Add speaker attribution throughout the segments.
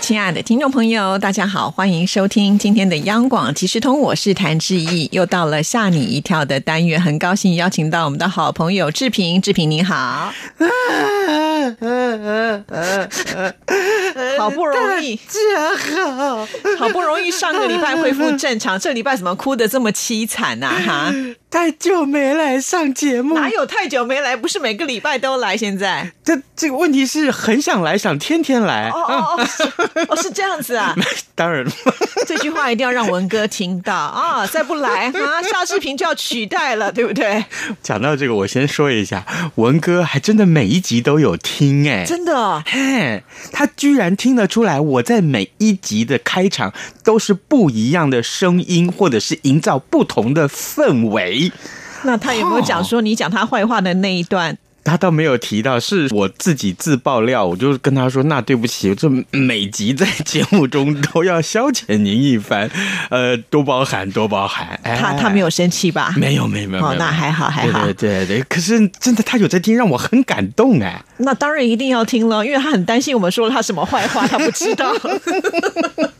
Speaker 1: 亲爱的听众朋友，大家好，欢迎收听今天的央广即时通，我是谭志毅。又到了吓你一跳的单元，很高兴邀请到我们的好朋友志平，志平你好，好不容易，
Speaker 2: 这好，
Speaker 1: 好不容易上个礼拜恢复正常，这礼拜怎么哭的这么凄惨呐、哈，
Speaker 2: 太久没来上节目，
Speaker 1: 哪有太久没来？不是每个礼拜都来，现在
Speaker 2: 这这个问题是很想来，想天天来。
Speaker 1: 哦哦哦是，哦是这样子啊，
Speaker 2: 当然，
Speaker 1: 这句话一定要让文哥听到啊、再不来啊，夏志平就要取代了，对不对？
Speaker 2: 讲到这个，我先说一下，文哥还真的每一集都有听哎，
Speaker 1: 真的。
Speaker 2: 嘿，他居然听得出来，我在每一集的开场都是不一样的声音，或者是营造不同的氛围。
Speaker 1: 那他有没有讲说你讲他坏话的那一段？
Speaker 2: 他倒没有提到，是我自己自爆料，我就跟他说：“那对不起，这每集在节目中都要消遣您一番，呃，多包涵，多包涵。哎”
Speaker 1: 他他没有生气吧？
Speaker 2: 没有，没有，没有，没
Speaker 1: 哦
Speaker 2: 有，
Speaker 1: 那还好还好
Speaker 2: 对对对对，可是真的他有在听，让我很感动哎。
Speaker 1: 那当然一定要听了，因为他很担心我们说了他什么坏话，他不知 道。嗯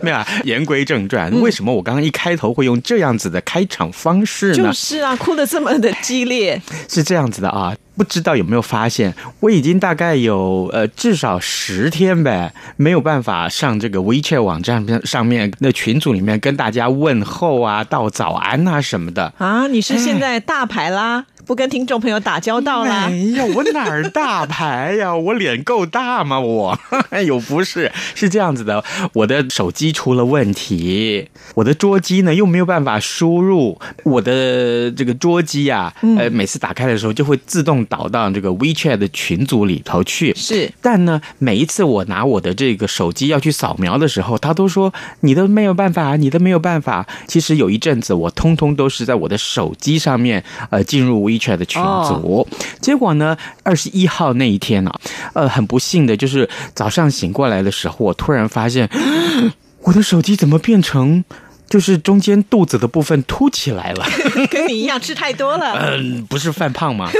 Speaker 2: 没有啊，言归正传，为什么我刚刚一开头会用这样子的开场方式
Speaker 1: 就
Speaker 2: 呢？
Speaker 1: 是啊，哭的这么的激烈，
Speaker 2: 是这样子的啊，不知道有没有发现，我已经大概有呃至少十天呗，没有办法上这个 WeChat 网站上上面那群组里面跟大家问候啊、道早安啊什么的。
Speaker 1: 啊！你是现在大牌 啦，不跟听众朋友打交道啦。
Speaker 2: 没有，我哪儿大牌呀？我脸够大吗？我 有不是是这样子的，我的手机出了问题，我的桌机呢又没有办法输入，我的这个桌机啊，呃，每次打开的时候就会自动导到这个 WeChat 的群组里头去。
Speaker 1: 是
Speaker 2: 但呢，每一次我拿我的这个手机要去扫描的时候，他都说你都没有办法，你都没有办法。其实有一阵子，我通通都是在我的手机上面，呃，进入 WeChat 的群
Speaker 1: 哦
Speaker 2: 组。结果呢，二十一号那一天啊，呃，很不幸的就是早上醒过来的时候，我突然发现 我的手机怎么变成就是中间肚子的部分凸起 来了。
Speaker 1: 跟你一样吃太多 了，
Speaker 2: 嗯，不是犯胖 吗？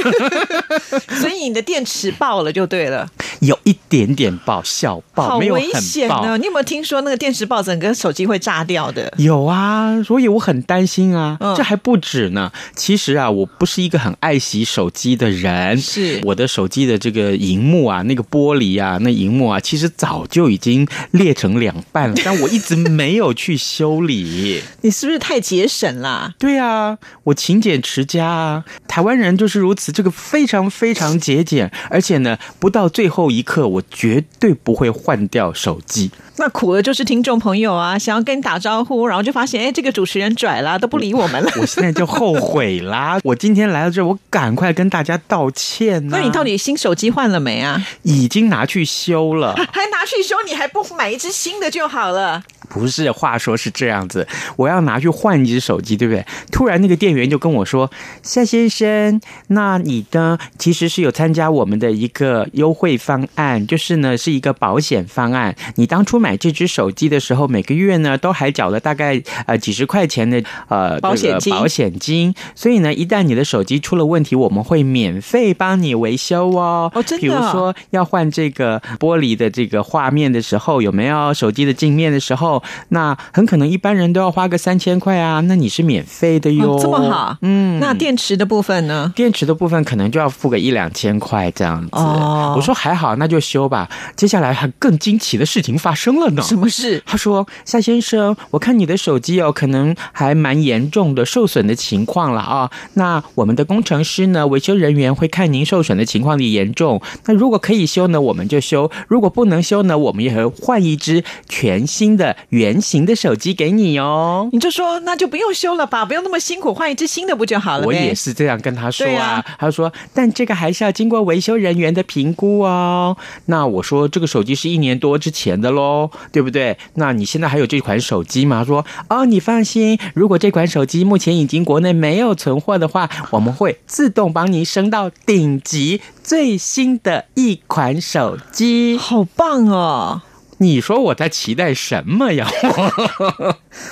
Speaker 1: 所以你的电池爆了就对了，
Speaker 2: 有一点点爆，小
Speaker 1: 好
Speaker 2: 爆，没有
Speaker 1: 危
Speaker 2: 很
Speaker 1: 险哦
Speaker 2: 爆。
Speaker 1: 呢！你有没有听说那个电池爆，整个手机会炸掉 的？
Speaker 2: 有啊，所以我很担心啊。
Speaker 1: 嗯
Speaker 2: 这还不止呢。其实啊，我不是一个很爱惜手机的人。
Speaker 1: 是
Speaker 2: 我的手机的这个荧幕啊，那个玻璃啊，那荧幕啊，其实早就已经裂成两 半了，但我一直没有去修理。
Speaker 1: 你是不是太节省啦？
Speaker 2: 对啊，我勤俭持家啊，台湾人就是如此，这个非常非常节俭，而且呢，不到最后一刻，我绝对不会换掉手机。
Speaker 1: 那苦的就是听众朋友啊，想要跟你打招呼，然后就发现哎，这个主持人拽啦，都不理我们了。
Speaker 2: 我现在就后悔啦！我今天来到这儿，我赶快跟大家道歉呐、
Speaker 1: 那你到底新手机换了没 啊？
Speaker 2: 已经拿去修了？
Speaker 1: 还拿去修，你还不买一只新的就好了？
Speaker 2: 不是，话说是这样子，我要拿去换一只手机，对不对？突然那个店员就跟我说：“夏先生，那你呢？其实是有参加我们的一个优惠方案，就是呢是一个保险方案。你当初买这只手机的时候，每个月呢都还缴了大概呃几十块钱的呃
Speaker 1: 保险金
Speaker 2: 这个保险金。所以呢，一旦你的手机出了问题，我们会免费帮你维修哦。
Speaker 1: 哦真的
Speaker 2: 比如说要换这个玻璃的这个画面的时候，有没有手机的镜面的时候，那很可能一般人都要花个三千块啊，那你是免费的哟。
Speaker 1: 哦，这么好，嗯，那电池的部分呢？
Speaker 2: 电池的部分可能就要付个一两千块这样子。
Speaker 1: 哦
Speaker 2: 我说还好，那就修吧。接下来还更惊奇的事情发生了呢。
Speaker 1: 什么事？
Speaker 2: 他说：“夏先生，我看你的手机哦，可能还蛮严重的受损的情况了啊、那我们的工程师呢，维修人员会看您受损的情况的严重。那如果可以修呢，我们就修；如果不能修呢，我们也会换一只全新的圆形的手机给你哦。
Speaker 1: 你就说那就不用修了吧，不用那么辛苦，换一只新的不就好了呗？
Speaker 2: 我也是这样跟他说
Speaker 1: 对
Speaker 2: 啊，
Speaker 1: 啊
Speaker 2: 他说，但这个还是要经过维修人员的评估哦。那我说，这个手机是一年多之前的喽，对不对？那你现在还有这款手机吗？他说，哦，你放心，如果这款手机目前已经国内没有存货的话，我们会自动帮您升到顶级最新的一款手机。
Speaker 1: 好棒哦，
Speaker 2: 你说我在期待什么呀？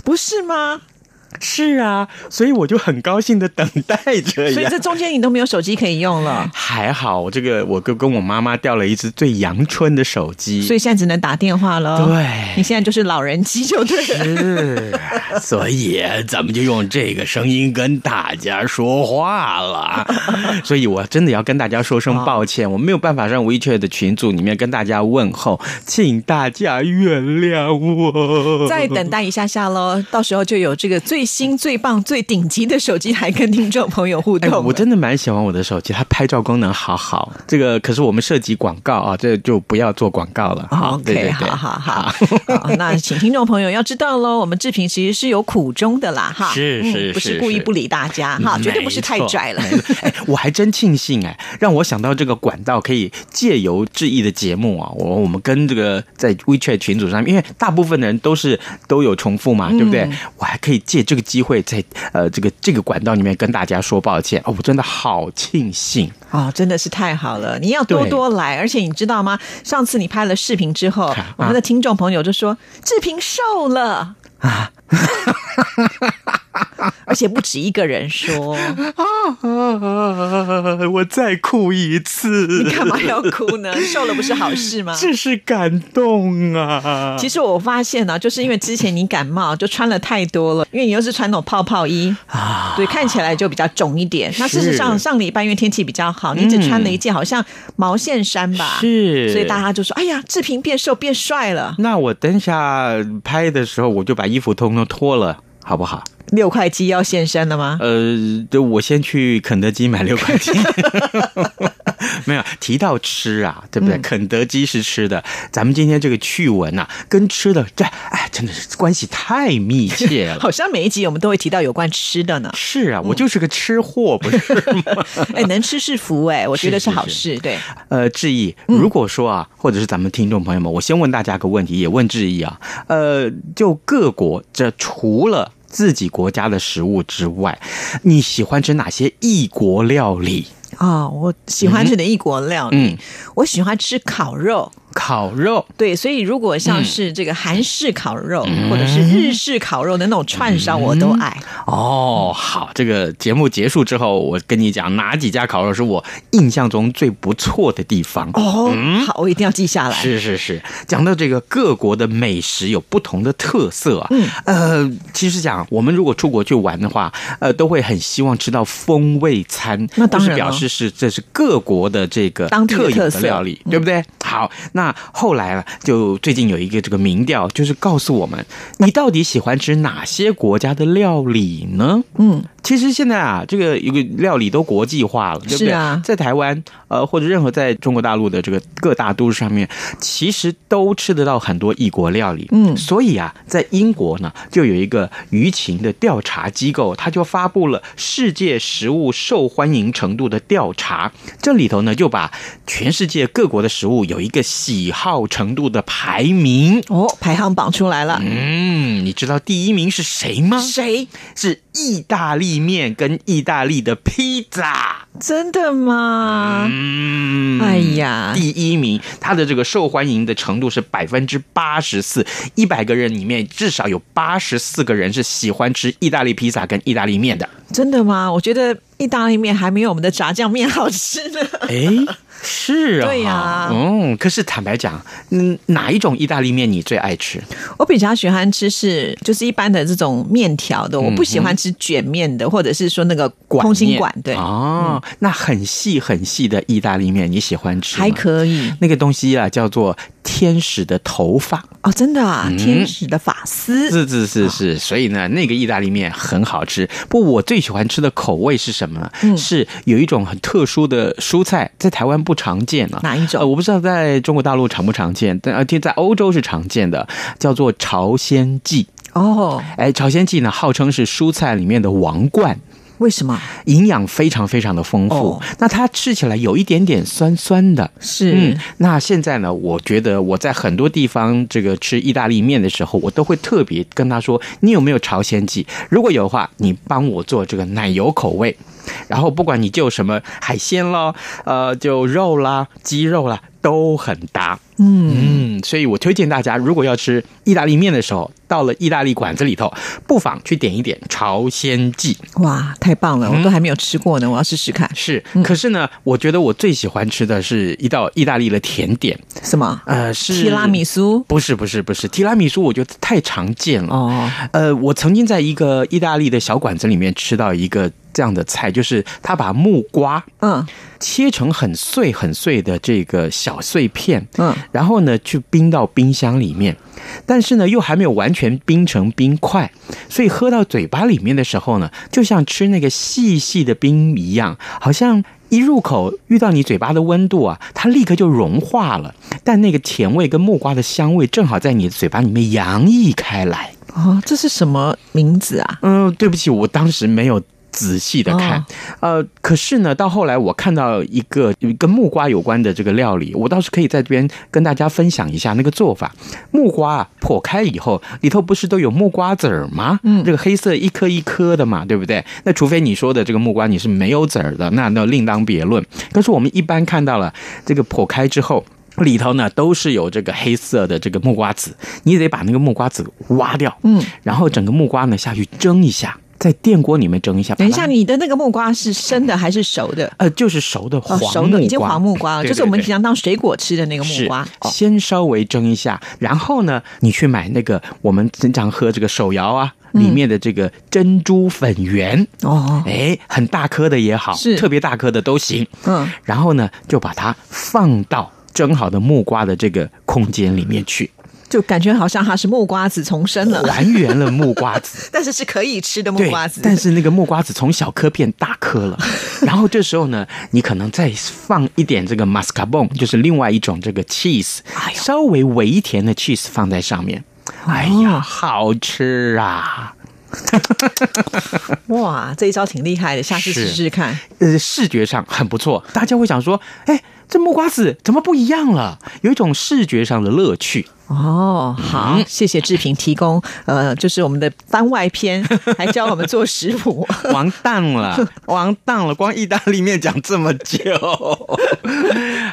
Speaker 1: 不是吗？
Speaker 2: 是啊，所以我就很高兴的等待着哎呀。
Speaker 1: 所以这中间你都没有手机可以用了，
Speaker 2: 还好，这个我跟跟我妈妈调了一只最阳春的手机，
Speaker 1: 所以啊现在只能打电话了。你
Speaker 2: 对，
Speaker 1: 现在就是老人机就对了。
Speaker 2: 是，
Speaker 3: 所以咱们就用这个声音跟大家说话 了。
Speaker 2: 所以我真的要跟大家说声抱歉，我没有办法让 WeChat 的群组里面跟大家问候，请大家原谅 我。
Speaker 1: 再等待一下下喽，到时候就有这个最新、最棒、最顶级的手机来跟听众朋友互动
Speaker 2: 哎，
Speaker 1: 了。
Speaker 2: 我真的蛮喜欢我的手机，它拍照功能好好。这个可是我们涉及广告啊，这就不要做广告了。
Speaker 1: 好
Speaker 2: 对对
Speaker 1: ，OK，
Speaker 2: 对
Speaker 1: 好好好， 好那请听众朋友要知道喽，我们志平其实是有苦衷的啦，哈，
Speaker 3: 是
Speaker 1: 嗯
Speaker 3: 是
Speaker 1: 不是
Speaker 3: 是
Speaker 1: 故意
Speaker 3: 是
Speaker 1: 不理大家哈，绝对不是太拽了。
Speaker 2: 嗯没错。没错哎，我还真庆幸哎，让我想到这个管道可以借由致意的节目啊，我我们跟这个在 WeChat 群组上面，因为大部分的人都是都有重复嘛，对不对？我还可以借这个机会在呃这个这个管道里面跟大家说抱歉哦，我真的好庆幸。
Speaker 1: 哦，真的是太好了！你要多
Speaker 2: 对
Speaker 1: 多来，而且你知道吗？上次你拍了视频之后，
Speaker 2: 啊
Speaker 1: 我们的听众朋友就说志平瘦了啊， 而且不止一个人说，
Speaker 2: 啊！我再哭一次
Speaker 1: 你干嘛要哭呢？瘦了不是好事 吗？
Speaker 2: 是感动啊！
Speaker 1: 其实我发现呢、就是因为之前你感冒就穿了太多了，因为你又是穿那种泡泡衣啊，对，看起来就比较肿一点。那事实上，上礼拜因为天气比较好，你只穿了一件好像毛线衫吧，
Speaker 2: 是
Speaker 1: 所以大家就说：“哎呀，志平变瘦变帅了，
Speaker 2: 那我等下拍的时候，我就把衣服通通脱了，好不好？
Speaker 1: 六块肌要现身了吗
Speaker 2: 呃，就我先去肯德基买六块钱。 没有提到吃啊，对不对？肯德基是吃的，咱们今天这个趣闻呐、跟吃的这哎，真的是关系太密切？”了。
Speaker 1: 好像每一集我们都会提到有关吃的呢。
Speaker 2: 是啊，我就是个吃货，不是吗？
Speaker 1: 哎，能吃是福哎，我觉得
Speaker 2: 是
Speaker 1: 是
Speaker 2: 是
Speaker 1: 好
Speaker 2: 是
Speaker 1: 事。对，
Speaker 2: 呃，志毅，如果说啊，或者是咱们听众朋友们，我先问大家个问题，也问志毅啊，呃，就各国这除了自己国家的食物之外，你喜欢吃哪些异国料理？
Speaker 1: 哦，我喜欢吃的异国料理，
Speaker 2: 嗯
Speaker 1: 我喜欢吃烤肉。
Speaker 2: 烤肉。
Speaker 1: 对，所以如果
Speaker 2: 嗯
Speaker 1: 像是这个韩式烤肉、或者是日式烤肉的那种串烧，
Speaker 2: 嗯
Speaker 1: 我都爱。
Speaker 2: 哦，好，这个节目结束之后，我跟你讲哪几家烤肉是我印象中最不错的地方。
Speaker 1: 哦，好，我一定要记下来。
Speaker 2: 嗯是是是，讲到这个各国的美食有不同的特色啊。嗯，呃，其实讲我们如果出国去玩的话，呃，都会很希望吃到风味餐，
Speaker 1: 那当然
Speaker 2: 就是表
Speaker 1: 了
Speaker 2: 示是这是各国的这个
Speaker 1: 当地的
Speaker 2: 特有
Speaker 1: 特
Speaker 2: 的
Speaker 1: 色嗯
Speaker 2: 料理，对不对？好，那后来呢，就最近有一个这个民调，就是告诉我们，你到底喜欢吃哪些国家的料理呢？
Speaker 1: 嗯，
Speaker 2: 其实现在啊，这个有个料理都国际化了，对不对？
Speaker 1: 是啊
Speaker 2: 在台湾，呃，或者任何在中国大陆的这个各大都市上面，其实都吃得到很多异国料理。
Speaker 1: 嗯
Speaker 2: 所以啊，在英国呢，就有一个舆情的调查机构，它就发布了世界食物受欢迎程度的调查，这里头呢就把全世界各国的食物有一个喜好程度的排名。
Speaker 1: 哦，排行榜出来了，
Speaker 2: 嗯，你知道第一名是谁吗？
Speaker 1: 谁？
Speaker 2: 是意大利面跟意大利的披萨。
Speaker 1: 真的吗？
Speaker 2: 嗯
Speaker 1: 哎呀
Speaker 2: 第一名，它的这个受欢迎的程度是百分之八十四，一百个人里面至少有八十四个人是喜欢吃意大利披萨跟意大利面的。
Speaker 1: 真的吗？我觉得意大利面还没有我们的炸酱面好吃呢。
Speaker 2: 哎，是啊，
Speaker 1: 对呀
Speaker 2: 嗯，可是坦白讲，嗯，哪一种意大利面你最爱吃？
Speaker 1: 我比较喜欢吃是就是一般的这种面条的，我不喜欢吃卷面的，或者是说那个
Speaker 2: 嗯管
Speaker 1: 空心
Speaker 2: 面
Speaker 1: 管，对，
Speaker 2: 哦，那很细很细的意大利面你喜欢吃吗？
Speaker 1: 还可以。
Speaker 2: 那个东西啊，叫做天使的头发。
Speaker 1: 哦，真的啊，天使的发丝。
Speaker 2: 嗯 是是是
Speaker 1: 啊
Speaker 2: 是，所以呢，那个意大利面很好吃。不，我最喜欢吃的口味是什么呢？
Speaker 1: 嗯
Speaker 2: 是有一种很特殊的蔬菜，在台湾不常见啊。
Speaker 1: 哪一种
Speaker 2: 呃我不知道在中国大陆常不常见，但呃，在欧洲是常见的，叫做朝鲜蓟。
Speaker 1: 哦，
Speaker 2: 哎，朝鲜蓟呢，号称是蔬菜里面的王冠。
Speaker 1: 为什么？
Speaker 2: 营养非常非常的丰富，
Speaker 1: 哦
Speaker 2: 那它吃起来有一点点酸酸的，
Speaker 1: 是
Speaker 2: 嗯，那现在呢，我觉得我在很多地方这个吃意大利面的时候，我都会特别跟他说，你有没有朝鲜蓟？如果有的话，你帮我做这个奶油口味。然后不管你就什么海鲜咯，呃，就肉啦、鸡肉啦，都很搭。嗯，所以我推荐大家，如果要吃意大利面的时候，到了意大利馆子里头，不妨去点一点朝鲜蓟。
Speaker 1: 哇，太棒
Speaker 2: 嗯
Speaker 1: 了，我都还没有吃过呢，我要试试看。
Speaker 2: 是，可是呢，我觉得我最喜欢吃的是一道意大利的甜点，
Speaker 1: 什么？
Speaker 2: 呃，是
Speaker 1: 提拉米苏？
Speaker 2: 不是不是不是，提拉米苏我觉得太常见了。
Speaker 1: 哦，
Speaker 2: 呃，我曾经在一个意大利的小馆子里面吃到一个这样的菜，就是他把木瓜
Speaker 1: 嗯
Speaker 2: 切成很碎很碎的这个小碎片，
Speaker 1: 嗯，
Speaker 2: 然后呢去冰到冰箱里面，但是呢又还没有完全冰成冰块，所以喝到嘴巴里面的时候呢，就像吃那个细细的冰一样，好像。一入口遇到你嘴巴的温度啊，它立刻就融化了，但那个甜味跟木瓜的香味正好在你的嘴巴里面洋溢开来。
Speaker 1: 哦，这是什么名字啊？
Speaker 2: 嗯，对不起，我当时没有仔细的看。呃，可是呢，到后来我看到一个跟木瓜有关的这个料理，我倒是可以在这边跟大家分享一下那个做法。木瓜啊，剖开以后，里头不是都有木瓜籽儿吗？嗯，这个黑色一颗一颗的嘛，对不对？那除非你说的这个木瓜你是没有籽儿的，那那另当别论。可是我们一般看到了这个剖开之后。里头呢都是有这个黑色的这个木瓜籽，你得把那个木瓜籽挖掉，
Speaker 1: 嗯，
Speaker 2: 然后整个木瓜呢下去蒸一下，在电锅里面蒸一下。
Speaker 1: 等一下，
Speaker 2: 把它，
Speaker 1: 你的那个木瓜是生的还是熟的？
Speaker 2: 呃，就是熟的黄
Speaker 1: 哦，
Speaker 2: 木瓜，
Speaker 1: 熟的已经黄木瓜了，
Speaker 2: 对
Speaker 1: 就是我们
Speaker 2: 对对
Speaker 1: 平常当水果吃的那个木
Speaker 2: 是
Speaker 1: 瓜。哦
Speaker 2: 先稍微蒸一下，然后呢，你去买那个我们经常喝这个手摇啊里面的这个珍珠粉圆，
Speaker 1: 嗯哦，
Speaker 2: 哎，很大颗的也好，
Speaker 1: 是
Speaker 2: 特别大颗的都行。
Speaker 1: 嗯，
Speaker 2: 然后呢，就把它放到蒸好的木瓜的这个空间里面去，
Speaker 1: 就感觉好像它是木瓜子重生了，
Speaker 2: 还原了木瓜籽。
Speaker 1: 但是是可以吃的木
Speaker 2: 对，
Speaker 1: 瓜子。
Speaker 2: 但是那个木瓜子从小颗变大颗 了，然后这时候呢，你可能再放一点这个 mascarpone，就是另外一种这个 cheese，、
Speaker 1: 哎呦哦
Speaker 2: 稍微微甜的 cheese 放在上面。哎呀，好吃啊！
Speaker 1: 哇，这一招挺厉害的，下次试
Speaker 2: 是
Speaker 1: 试看。
Speaker 2: 呃，视觉上很不错，大家会想说，哎，这木瓜子怎么不一样了？有一种视觉上的乐 趣。
Speaker 1: 哦，好，
Speaker 2: 嗯
Speaker 1: 谢谢志平提供，呃，就是我们的番外篇，还教我们做食谱。
Speaker 2: 完蛋了，完蛋了！光意大利面讲这么 久，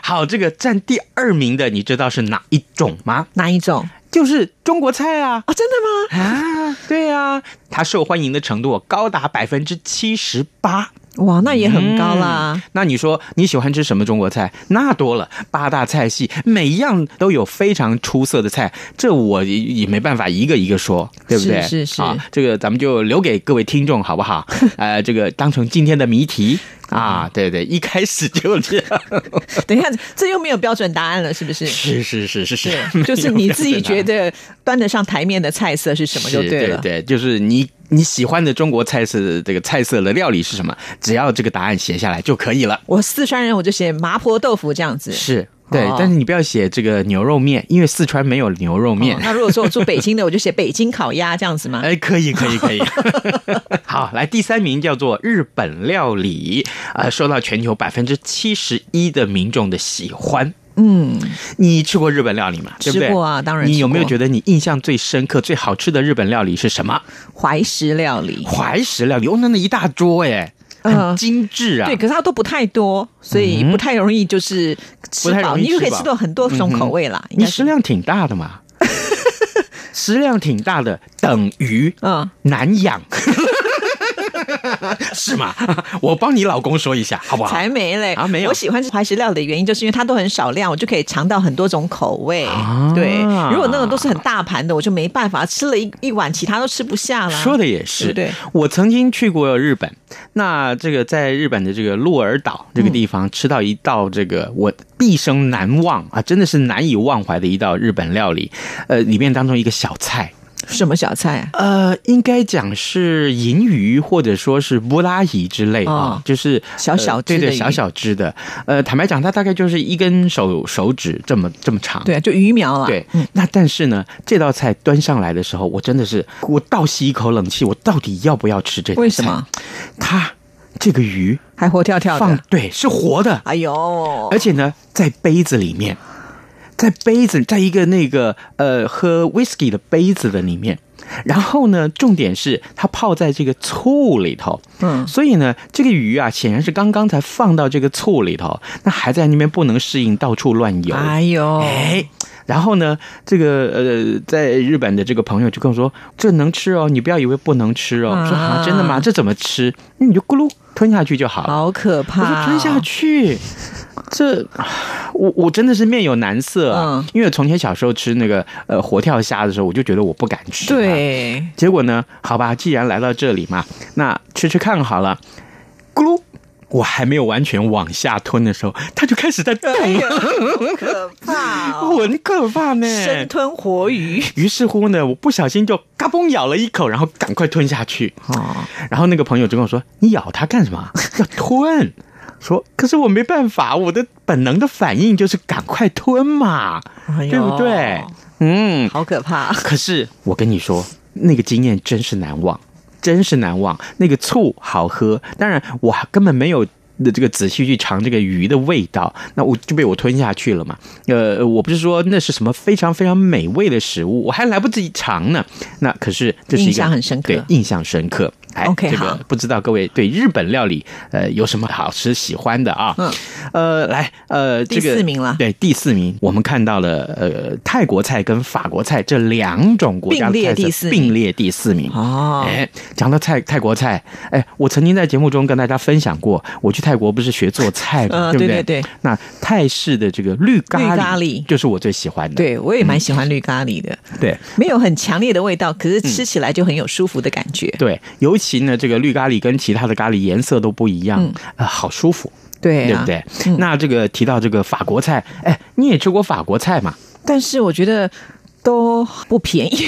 Speaker 2: 好，这个占第二名的，你知道是哪一种吗？
Speaker 1: 哪一种
Speaker 2: 就是中国菜啊
Speaker 1: 哦？真的吗？
Speaker 2: 啊，对啊，它受欢迎的程度高达百分之七十八，
Speaker 1: 哇，那也很高啦。
Speaker 2: 那你说你喜欢吃什么中国菜？那多了，八大菜系，每一样都有非常出色的菜，这我也也没办法一个一个说，对不对？
Speaker 1: 是是是
Speaker 2: 啊，这个咱们就留给各位听众好不 好？呃，这个当成今天的谜题啊，对对，一开始就这样，嗯
Speaker 1: 等一下，这又没有标准答案了，是 不是？
Speaker 2: 是是是是是，
Speaker 1: 对，就是你自己觉得端得上台面的菜色是什么就是对
Speaker 2: 对
Speaker 1: 了。
Speaker 2: 对，就是你你喜欢的中国菜式这个菜色的料理是什么？只要这个答案写下来就可以了。
Speaker 1: 我四川人，我就写麻婆豆腐这样子。
Speaker 2: 是对，
Speaker 1: 哦
Speaker 2: 但是你不要写这个牛肉面，因为四川没有牛肉面
Speaker 1: 哦。那如果说我住北京的，我就写北京烤鸭这样子吗？
Speaker 2: 哎，可以，可以，可以。 好，来第三名叫做日本料理，呃，受到全球百分之七十一的民众的喜欢。
Speaker 1: 嗯，
Speaker 2: 你吃过日本料理吗？对不对
Speaker 1: 吃过啊当然
Speaker 2: 你有没有
Speaker 1: 吃过
Speaker 2: 觉得你印象最深刻、最好吃的日本料理是什么？
Speaker 1: 怀石料理。
Speaker 2: 怀石料理，哦，那那一大桌哎，
Speaker 1: 呃
Speaker 2: 很精致啊。嗯
Speaker 1: 对，可是它都不太多，所以不太容易就是吃
Speaker 2: 不太
Speaker 1: 饱，
Speaker 2: 容易
Speaker 1: 你就可以
Speaker 2: 吃
Speaker 1: 吃
Speaker 2: 饱嗯
Speaker 1: 到很多种口味啦。应
Speaker 2: 你
Speaker 1: 该是
Speaker 2: 食量挺大 的嘛，食量挺大的，等于
Speaker 1: 嗯，
Speaker 2: 难养。 是吗？我帮你老公说一下，好不好？
Speaker 1: 才没嘞
Speaker 2: 啊没有
Speaker 1: 我喜欢吃怀石料理的原因，就是因为它都很少量，我就可以尝到很多种口味。
Speaker 2: 啊
Speaker 1: 对，如果那种都是很大盘的，我就没办法，吃了一一碗，其他都吃不下了。
Speaker 2: 说的也
Speaker 1: 对
Speaker 2: 是，
Speaker 1: 不对
Speaker 2: 我曾经去过日本，那这个在日本的这个鹿儿岛这个地方、
Speaker 1: 嗯
Speaker 2: 吃到一道这个我毕生难忘啊，真的是难以忘怀的一道日本料理，呃，里面当中一个小菜。
Speaker 1: 什么小菜啊？
Speaker 2: 呃，应该讲是银鱼或者说是布拉鱼之类啊、
Speaker 1: 哦
Speaker 2: 就是
Speaker 1: 小小只
Speaker 2: 呃、
Speaker 1: 的
Speaker 2: 对
Speaker 1: 鱼
Speaker 2: 对小小只的。呃，坦白讲，它大概就是一根手手指这么这么长。
Speaker 1: 对，啊嗯就鱼苗啦。
Speaker 2: 对，那但是呢，这道菜端上来的时候，我真的是我倒吸一口冷气，我到底要不要吃这道菜？
Speaker 1: 为什么？
Speaker 2: 它这个鱼
Speaker 1: 还活跳跳
Speaker 2: 放
Speaker 1: 的？
Speaker 2: 对是活的，
Speaker 1: 哎呦
Speaker 2: 而，且呢，在杯子里面，在杯子，在一个那个呃喝 whisky 的杯子的里面。然后呢，重点是它泡在这个醋里头，
Speaker 1: 嗯
Speaker 2: 所以呢，这个鱼啊，显然是刚刚才放到这个醋里头，那还在那边不能适应，到处乱游。
Speaker 1: 哎呦，
Speaker 2: 哎，然后呢，这个呃，在日本的这个朋友就跟我说，这能吃哦，你不要以为不能吃哦。我说
Speaker 1: 啊
Speaker 2: 啊，真的吗？这怎么吃？你就咕噜吞下去就好了。
Speaker 1: 好可
Speaker 2: 我
Speaker 1: 怕、
Speaker 2: 说吞下。去，这我我真的是面有难色啊，
Speaker 1: 嗯
Speaker 2: 因为我从前小时候吃那个呃活跳虾的时候，我就觉得我不敢吃、。啊
Speaker 1: 对，
Speaker 2: 结果呢，好吧，既然来到这里嘛，那吃吃看好了。咕噜，我还没有完全往下吞的时候，它就开始在动了。
Speaker 1: 哎呀，好可怕、哦！
Speaker 2: 很可怕哎呢。
Speaker 1: 生吞活鱼。
Speaker 2: 于是乎呢，我不小心就嘎嘣咬了一口，然后赶快吞下去。
Speaker 1: 哦，
Speaker 2: 然后那个朋友就跟我说：“你咬它干什么？啊 要吞。”说：“可是我没办法，我的本能的反应就是赶快吞嘛，
Speaker 1: 哎呦
Speaker 2: 对不对？”嗯，
Speaker 1: 好可怕！
Speaker 2: 可是我跟你说，那个经验真是难忘，真是难忘。那个醋好喝，当然我根本没有。的这个仔细去尝这个鱼的味道，那我就被我吞下去了嘛。呃，我不是说那是什么非常非常美味的食物，我还来不及尝呢。那可是这是一个
Speaker 1: 印象很深刻
Speaker 2: 对，印象深刻。哎
Speaker 1: OK，
Speaker 2: 这个
Speaker 1: 好
Speaker 2: 不知道各位对日本料理呃有什么好吃喜欢的啊？
Speaker 1: 嗯，
Speaker 2: 呃，来，呃，这个
Speaker 1: 第四名了
Speaker 2: 对，第四名，我们看到了呃泰国菜跟法国菜这两种国家的
Speaker 1: 并列
Speaker 2: 菜色
Speaker 1: 第四名
Speaker 2: 并列第四名。
Speaker 1: 哦
Speaker 2: 哎，讲到泰泰国菜，哎，我曾经在节目中跟大家分享过，我去泰国不是学做菜嘛，
Speaker 1: 呃
Speaker 2: 对不
Speaker 1: 对对对
Speaker 2: 那泰式的这个绿咖喱，
Speaker 1: 绿咖喱
Speaker 2: 就是我最喜欢的。
Speaker 1: 对我也蛮喜欢绿咖喱的，
Speaker 2: 对
Speaker 1: 没有很强烈的味道，可是
Speaker 2: 嗯
Speaker 1: 吃起来就很有舒服的感觉。
Speaker 2: 对，尤其呢，这个绿咖喱跟其他的咖喱颜色都不一样，呃，好舒服。
Speaker 1: 嗯对
Speaker 2: 对
Speaker 1: 啊
Speaker 2: 不，对？那这个提到这个法国菜，哎，你也吃过法国菜嘛？
Speaker 1: 但是我觉得都不便 宜，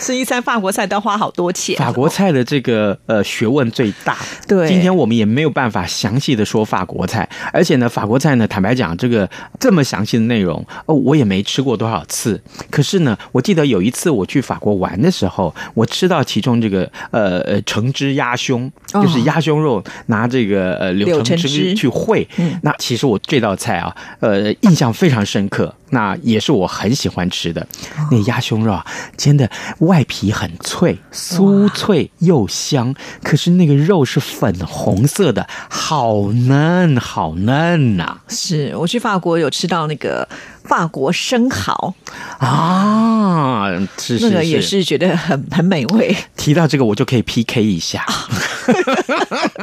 Speaker 1: 吃一餐法国菜都要花好多钱。
Speaker 2: 法国菜的这个呃学问最大。
Speaker 1: 对
Speaker 2: 今天我们也没有办法详细的说法国菜，而且呢，法国菜呢，坦白讲，这个呃这么详细的内容，哦，我也没吃过多少次。可是呢，我记得有一次我去法国玩的时候，我吃到其中这个呃呃橙汁鸭胸，
Speaker 1: 哦
Speaker 2: 就是鸭胸肉拿这个呃
Speaker 1: 柳
Speaker 2: 柳
Speaker 1: 橙
Speaker 2: 橙
Speaker 1: 汁嗯
Speaker 2: 汁去烩。那其实我这道菜啊，呃，印象非常深刻。那也是我很喜欢吃的，
Speaker 1: 哦
Speaker 2: 那鸭胸肉啊，煎的外皮很脆，酥脆又香，可是那个肉是粉红色的，好嫩好嫩呐、
Speaker 1: 是我去法国有吃到那个法国生蚝，
Speaker 2: 啊！是是是，
Speaker 1: 哦那个也是觉得很 很美 味。
Speaker 2: 提到这个，我就可以 PK 一下。
Speaker 1: 哦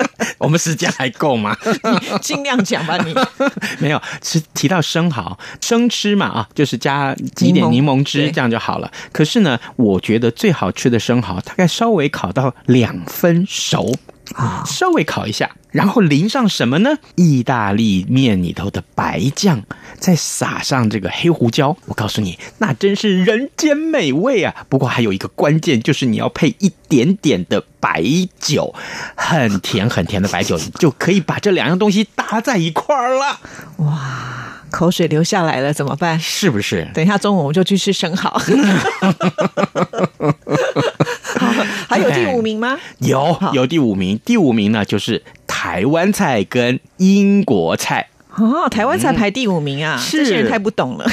Speaker 2: 我们时间还够吗？
Speaker 1: 你尽量讲吧，你
Speaker 2: 没有，是提到生蚝，生吃嘛啊，就是加几点
Speaker 1: 柠
Speaker 2: 柠
Speaker 1: 檬
Speaker 2: 檬
Speaker 1: 对
Speaker 2: 汁这样就好了。可是呢，我觉得最好吃的生蚝，大概稍微烤到两分熟
Speaker 1: 啊
Speaker 2: 稍微烤一下，然后淋上什么呢？意大利面里头的白酱，再撒上这个黑胡椒。我告诉你，那真是人间美味啊！不过还有一个关键，就是你要配一点点的白酒，很甜很甜的白酒，你就可以把这两样东西搭在一块儿了。
Speaker 1: 口水流下来了怎么办？
Speaker 2: 是不是？
Speaker 1: 等一下中午我们就去吃生 蚝。好还有第五名吗？
Speaker 2: 哎有
Speaker 1: 好
Speaker 2: 有第五名，第五名呢就是台湾菜跟英国菜。
Speaker 1: 哦，台湾才排第五名啊，
Speaker 2: 是
Speaker 1: 这些人太不懂了。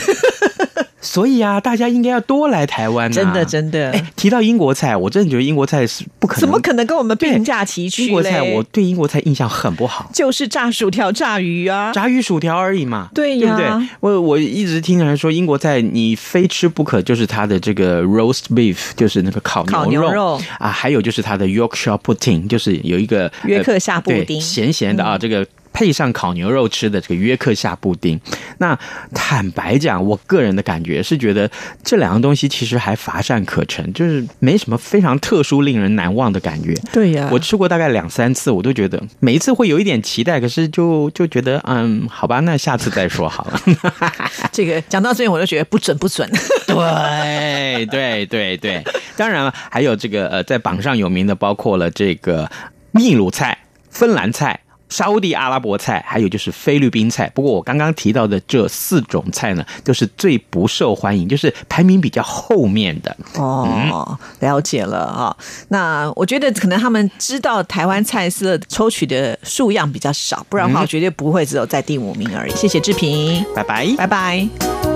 Speaker 2: 所以啊，大家应该要多来台湾、啊。
Speaker 1: 真的，真的，
Speaker 2: 哎，提到英国菜，我真的觉得英国菜是不可能，
Speaker 1: 怎么可能跟我们并驾齐驱
Speaker 2: 英国
Speaker 1: 嘞
Speaker 2: 菜，我对英国菜印象很不好，
Speaker 1: 就是炸薯条、炸鱼啊，
Speaker 2: 炸鱼薯条而已嘛。
Speaker 1: 对
Speaker 2: 对
Speaker 1: 呀
Speaker 2: 不对？我我一直听人说英国菜，你非吃不可，就是它的这个 roast beef，就是那个烤
Speaker 1: 烤
Speaker 2: 牛
Speaker 1: 牛肉
Speaker 2: 啊，还有就是它的 Yorkshire pudding，就是有一个呃
Speaker 1: 约克夏布
Speaker 2: 对
Speaker 1: 丁嗯
Speaker 2: 咸咸的啊，这个。配上烤牛肉吃的这个约克夏布丁，那坦白讲，我个人的感觉是觉得这两样东西其实还乏善可陈，就是没什么非常特殊、令人难忘的感觉。
Speaker 1: 对呀
Speaker 2: 我吃过大概两三次，我都觉得每一次会有一点期待，可是就就觉得嗯，好吧，那下次再说好了。
Speaker 1: 哎这个讲到这边我就觉得不准不准，
Speaker 2: 对对对对，当然了，还有这个呃，在榜上有名的包括了这个秘鲁菜、芬兰菜。沙烏地阿拉伯菜，还有就是菲律宾菜。不过我刚刚提到的这四种菜呢，就是最不受欢迎，就是排名比较后面的。
Speaker 1: 哦，了解了啊、那我觉得可能他们知道台湾菜色抽取的数
Speaker 2: 嗯
Speaker 1: 量比较少，不然的话我绝对不会只有在第五名而已。谢谢志平，
Speaker 2: 拜拜。
Speaker 1: 拜拜。